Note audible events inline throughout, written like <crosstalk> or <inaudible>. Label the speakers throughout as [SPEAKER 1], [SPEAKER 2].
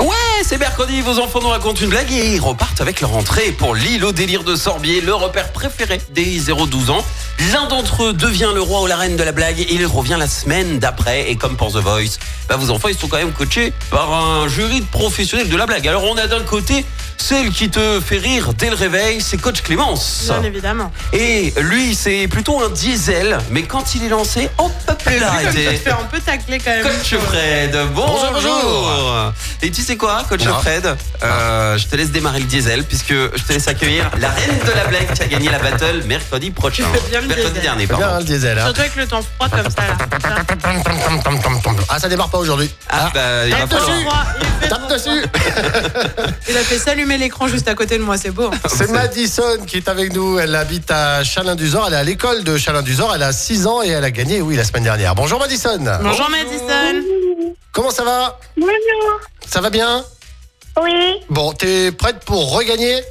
[SPEAKER 1] Ouais, c'est mercredi, vos enfants nous racontent une blague et ils repartent avec leur entrée pour l'île au délire de Sorbier, le repère préféré des 0-12 ans. L'un d'entre eux devient le roi ou la reine de la blague et il revient la semaine d'après. Et comme pour The Voice, bah, vos enfants, ils sont quand même coachés par un jury de professionnels de la blague. Alors on a d'un côté celle qui te fait rire dès le réveil, c'est coach Clémence.
[SPEAKER 2] Bien évidemment.
[SPEAKER 1] Et lui, c'est plutôt un diesel, mais quand il est lancé, on peut plus l'arrêter.
[SPEAKER 2] Faire un peu tacler quand même.
[SPEAKER 1] Coach Fred, bonjour. Et tu sais quoi, Coach Fred
[SPEAKER 2] Ah.
[SPEAKER 1] Euh, Je te laisse démarrer le diesel puisque je te laisse accueillir la reine de la blague qui a gagné la battle mercredi prochain.
[SPEAKER 2] Tu fais bien le
[SPEAKER 1] mercredi
[SPEAKER 2] diesel.
[SPEAKER 1] dernier,
[SPEAKER 3] Bien
[SPEAKER 1] pardon.
[SPEAKER 3] hein, le diesel. hein.
[SPEAKER 2] Surtout avec le temps froid comme ça là. Ça.
[SPEAKER 3] Ah, ça démarre pas aujourd'hui.
[SPEAKER 1] Ah, bah, il va
[SPEAKER 2] Tape
[SPEAKER 1] falloir.
[SPEAKER 2] dessus. Il fait
[SPEAKER 3] Tape
[SPEAKER 2] trop
[SPEAKER 3] dessus
[SPEAKER 2] froid. Il a fait s'allumer l'écran juste à côté de moi, c'est beau.
[SPEAKER 3] C'est Madison qui est avec nous. Elle habite à Chalin-Duzor. Elle est à l'école de Chalin-Duzor. Elle a 6 ans et elle a gagné, oui, la semaine dernière. Bonjour Madison.
[SPEAKER 2] Bonjour Madison.
[SPEAKER 3] Comment ça va
[SPEAKER 4] Bonjour.
[SPEAKER 3] Ça va bien
[SPEAKER 4] Oui,
[SPEAKER 3] Bon, t'es prête pour regagner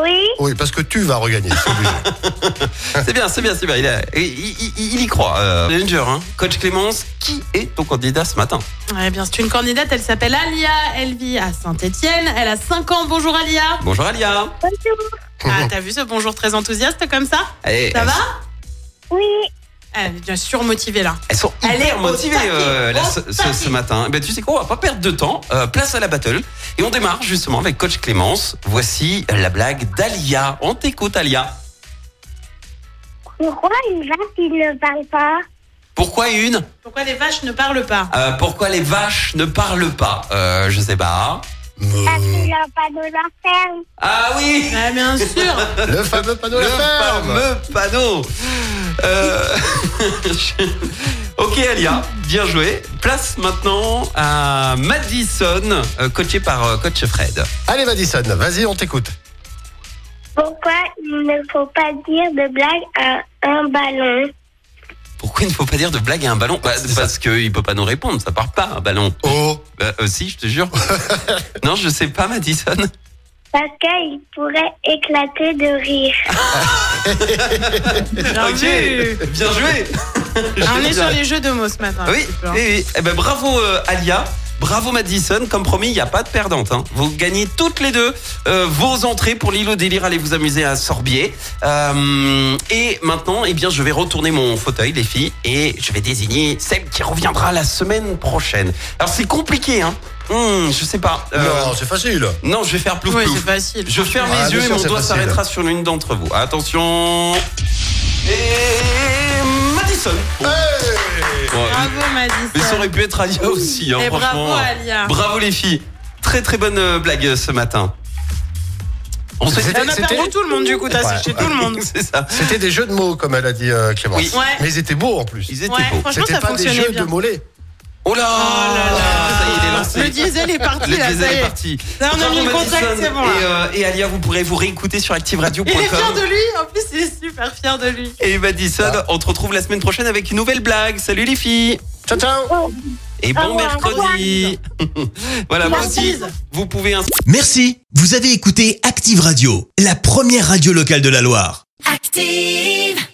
[SPEAKER 4] oui,
[SPEAKER 3] Oui, parce que tu vas regagner. c'est
[SPEAKER 4] <laughs>
[SPEAKER 3] obligé.
[SPEAKER 1] C'est bien, c'est bien, c'est bien. Il, a- il- il- il- il y croit. euh, Ranger, hein. Coach Clémence, qui est ton candidat ce matin
[SPEAKER 2] Eh bien, c'est une candidate, elle s'appelle Alia. Elle vit à Saint-Etienne. Elle a 5 ans. Bonjour Alia.
[SPEAKER 1] Bonjour Alia.
[SPEAKER 4] bonjour.
[SPEAKER 2] Ah, t'as vu ce bonjour très enthousiaste comme ça
[SPEAKER 1] Eh,
[SPEAKER 2] Ça va
[SPEAKER 4] Oui,
[SPEAKER 2] Elle est bien surmotivée là.
[SPEAKER 1] Elles sont
[SPEAKER 2] Elle est
[SPEAKER 1] hyper
[SPEAKER 2] au
[SPEAKER 1] motivées
[SPEAKER 2] taquet,
[SPEAKER 1] euh, là,
[SPEAKER 2] au
[SPEAKER 1] ce, ce-
[SPEAKER 2] taquet.
[SPEAKER 1] ce matin. Ben, tu sais quoi, on va pas perdre de temps. Euh, place à la battle. Et on démarre justement avec coach Clémence. Voici la blague d'Alia. On t'écoute, Alia.
[SPEAKER 4] pourquoi une vache il ne parle pas
[SPEAKER 1] Pourquoi une
[SPEAKER 2] Pourquoi les vaches ne parlent pas
[SPEAKER 1] Euh, Pourquoi les vaches ne parlent pas euh, Je sais pas.
[SPEAKER 4] Parce qu'il n'a pas de la ferme.
[SPEAKER 1] Ah oui
[SPEAKER 2] Ah,
[SPEAKER 1] <laughs>
[SPEAKER 2] bien sûr.
[SPEAKER 3] le fameux panneau
[SPEAKER 1] Le
[SPEAKER 3] à la ferme.
[SPEAKER 1] fameux panneau Euh, <laughs> je- Ok Alia, bien joué. Place maintenant à Madison, euh, coachée par euh, coach Fred.
[SPEAKER 3] Allez Madison, vas-y, on t'écoute.
[SPEAKER 4] Pourquoi il ne faut pas dire de blague à un ballon
[SPEAKER 1] Pourquoi il ne faut pas dire de blague à un ballon Bah, Parce qu'il ne peut pas nous répondre, ça part pas un ballon.
[SPEAKER 3] Oh,
[SPEAKER 1] Bah, euh, si, je te
[SPEAKER 3] <laughs>
[SPEAKER 1] jure. non, je sais pas, Madison.
[SPEAKER 4] Parce qu'il pourrait éclater de rire.
[SPEAKER 2] Bien vu.
[SPEAKER 1] ok, bien joué.
[SPEAKER 2] Ah, on est sur
[SPEAKER 1] Génial.
[SPEAKER 2] les jeux de mots ce matin. un
[SPEAKER 1] Oui,
[SPEAKER 2] petit peu, hein.
[SPEAKER 1] oui, oui. Eh ben, bravo euh, Alia. Bravo Madison, comme promis, il n'y a pas de perdante. hein. Vous gagnez toutes les deux euh, vos entrées pour l'île au délire. Allez vous amuser à Sorbier. Euh, et maintenant, eh bien, je vais retourner mon fauteuil, les filles, et je vais désigner celle qui reviendra la semaine prochaine. Alors c'est compliqué, hein. Hmm, je sais pas. Euh,
[SPEAKER 3] non, c'est facile.
[SPEAKER 1] non, je vais faire plouf
[SPEAKER 2] Oui,
[SPEAKER 1] plouf.
[SPEAKER 2] c'est facile.
[SPEAKER 1] Je ferme
[SPEAKER 3] Ah,
[SPEAKER 1] les yeux
[SPEAKER 3] bien
[SPEAKER 1] et
[SPEAKER 3] sûr,
[SPEAKER 1] mon
[SPEAKER 3] c'est
[SPEAKER 1] doigt
[SPEAKER 3] facile.
[SPEAKER 1] s'arrêtera sur l'une d'entre vous. Attention. Et Madison. Ouais,
[SPEAKER 2] Bravo
[SPEAKER 1] Mais ça
[SPEAKER 2] Madison.
[SPEAKER 1] aurait pu être Alia aussi, hein,
[SPEAKER 2] Et
[SPEAKER 1] franchement.
[SPEAKER 2] bravo Alia.
[SPEAKER 1] Bravo les filles. Très très bonne euh, blague euh, ce matin. On se
[SPEAKER 2] On a
[SPEAKER 3] C'était-
[SPEAKER 2] perdu tout le monde du coup, t'as
[SPEAKER 3] Ouais.
[SPEAKER 2] séché tout le
[SPEAKER 3] <laughs>
[SPEAKER 2] monde.
[SPEAKER 1] C'est ça.
[SPEAKER 3] C'était des jeux de mots, comme elle a dit euh, Clémence.
[SPEAKER 1] Oui.
[SPEAKER 2] Ouais.
[SPEAKER 3] Mais ils étaient beaux en plus.
[SPEAKER 1] Ils étaient
[SPEAKER 2] Ouais,
[SPEAKER 1] beaux.
[SPEAKER 2] franchement
[SPEAKER 3] C'était
[SPEAKER 2] ça
[SPEAKER 3] pas des
[SPEAKER 2] fonctionnait
[SPEAKER 3] jeux
[SPEAKER 2] bien.
[SPEAKER 3] de mollets.
[SPEAKER 1] Oh là, Ça y est, il est lancé.
[SPEAKER 2] Le diesel est parti
[SPEAKER 1] Le
[SPEAKER 2] là,
[SPEAKER 1] diesel
[SPEAKER 2] ça y
[SPEAKER 1] est
[SPEAKER 2] est.
[SPEAKER 1] parti.
[SPEAKER 2] Là, on a
[SPEAKER 1] Bravo,
[SPEAKER 2] mis le contact,
[SPEAKER 1] Madison.
[SPEAKER 2] c'est bon, là.
[SPEAKER 1] Et, euh, et Alia, vous pourrez vous réécouter sur
[SPEAKER 2] Il est fier
[SPEAKER 1] activeradio.com.
[SPEAKER 2] de Ah. lui, en plus il est super fier de lui.
[SPEAKER 1] Et Madison, on te retrouve la semaine prochaine avec une nouvelle blague. Salut les filles.
[SPEAKER 3] Ciao, ciao
[SPEAKER 1] Et bon
[SPEAKER 4] Au revoir.
[SPEAKER 1] mercredi. <laughs> voilà, vous aussi,
[SPEAKER 2] Merci.
[SPEAKER 1] vous pouvez ainsi
[SPEAKER 5] Merci, vous avez écouté Active Radio, la première radio locale de la Loire.
[SPEAKER 6] active.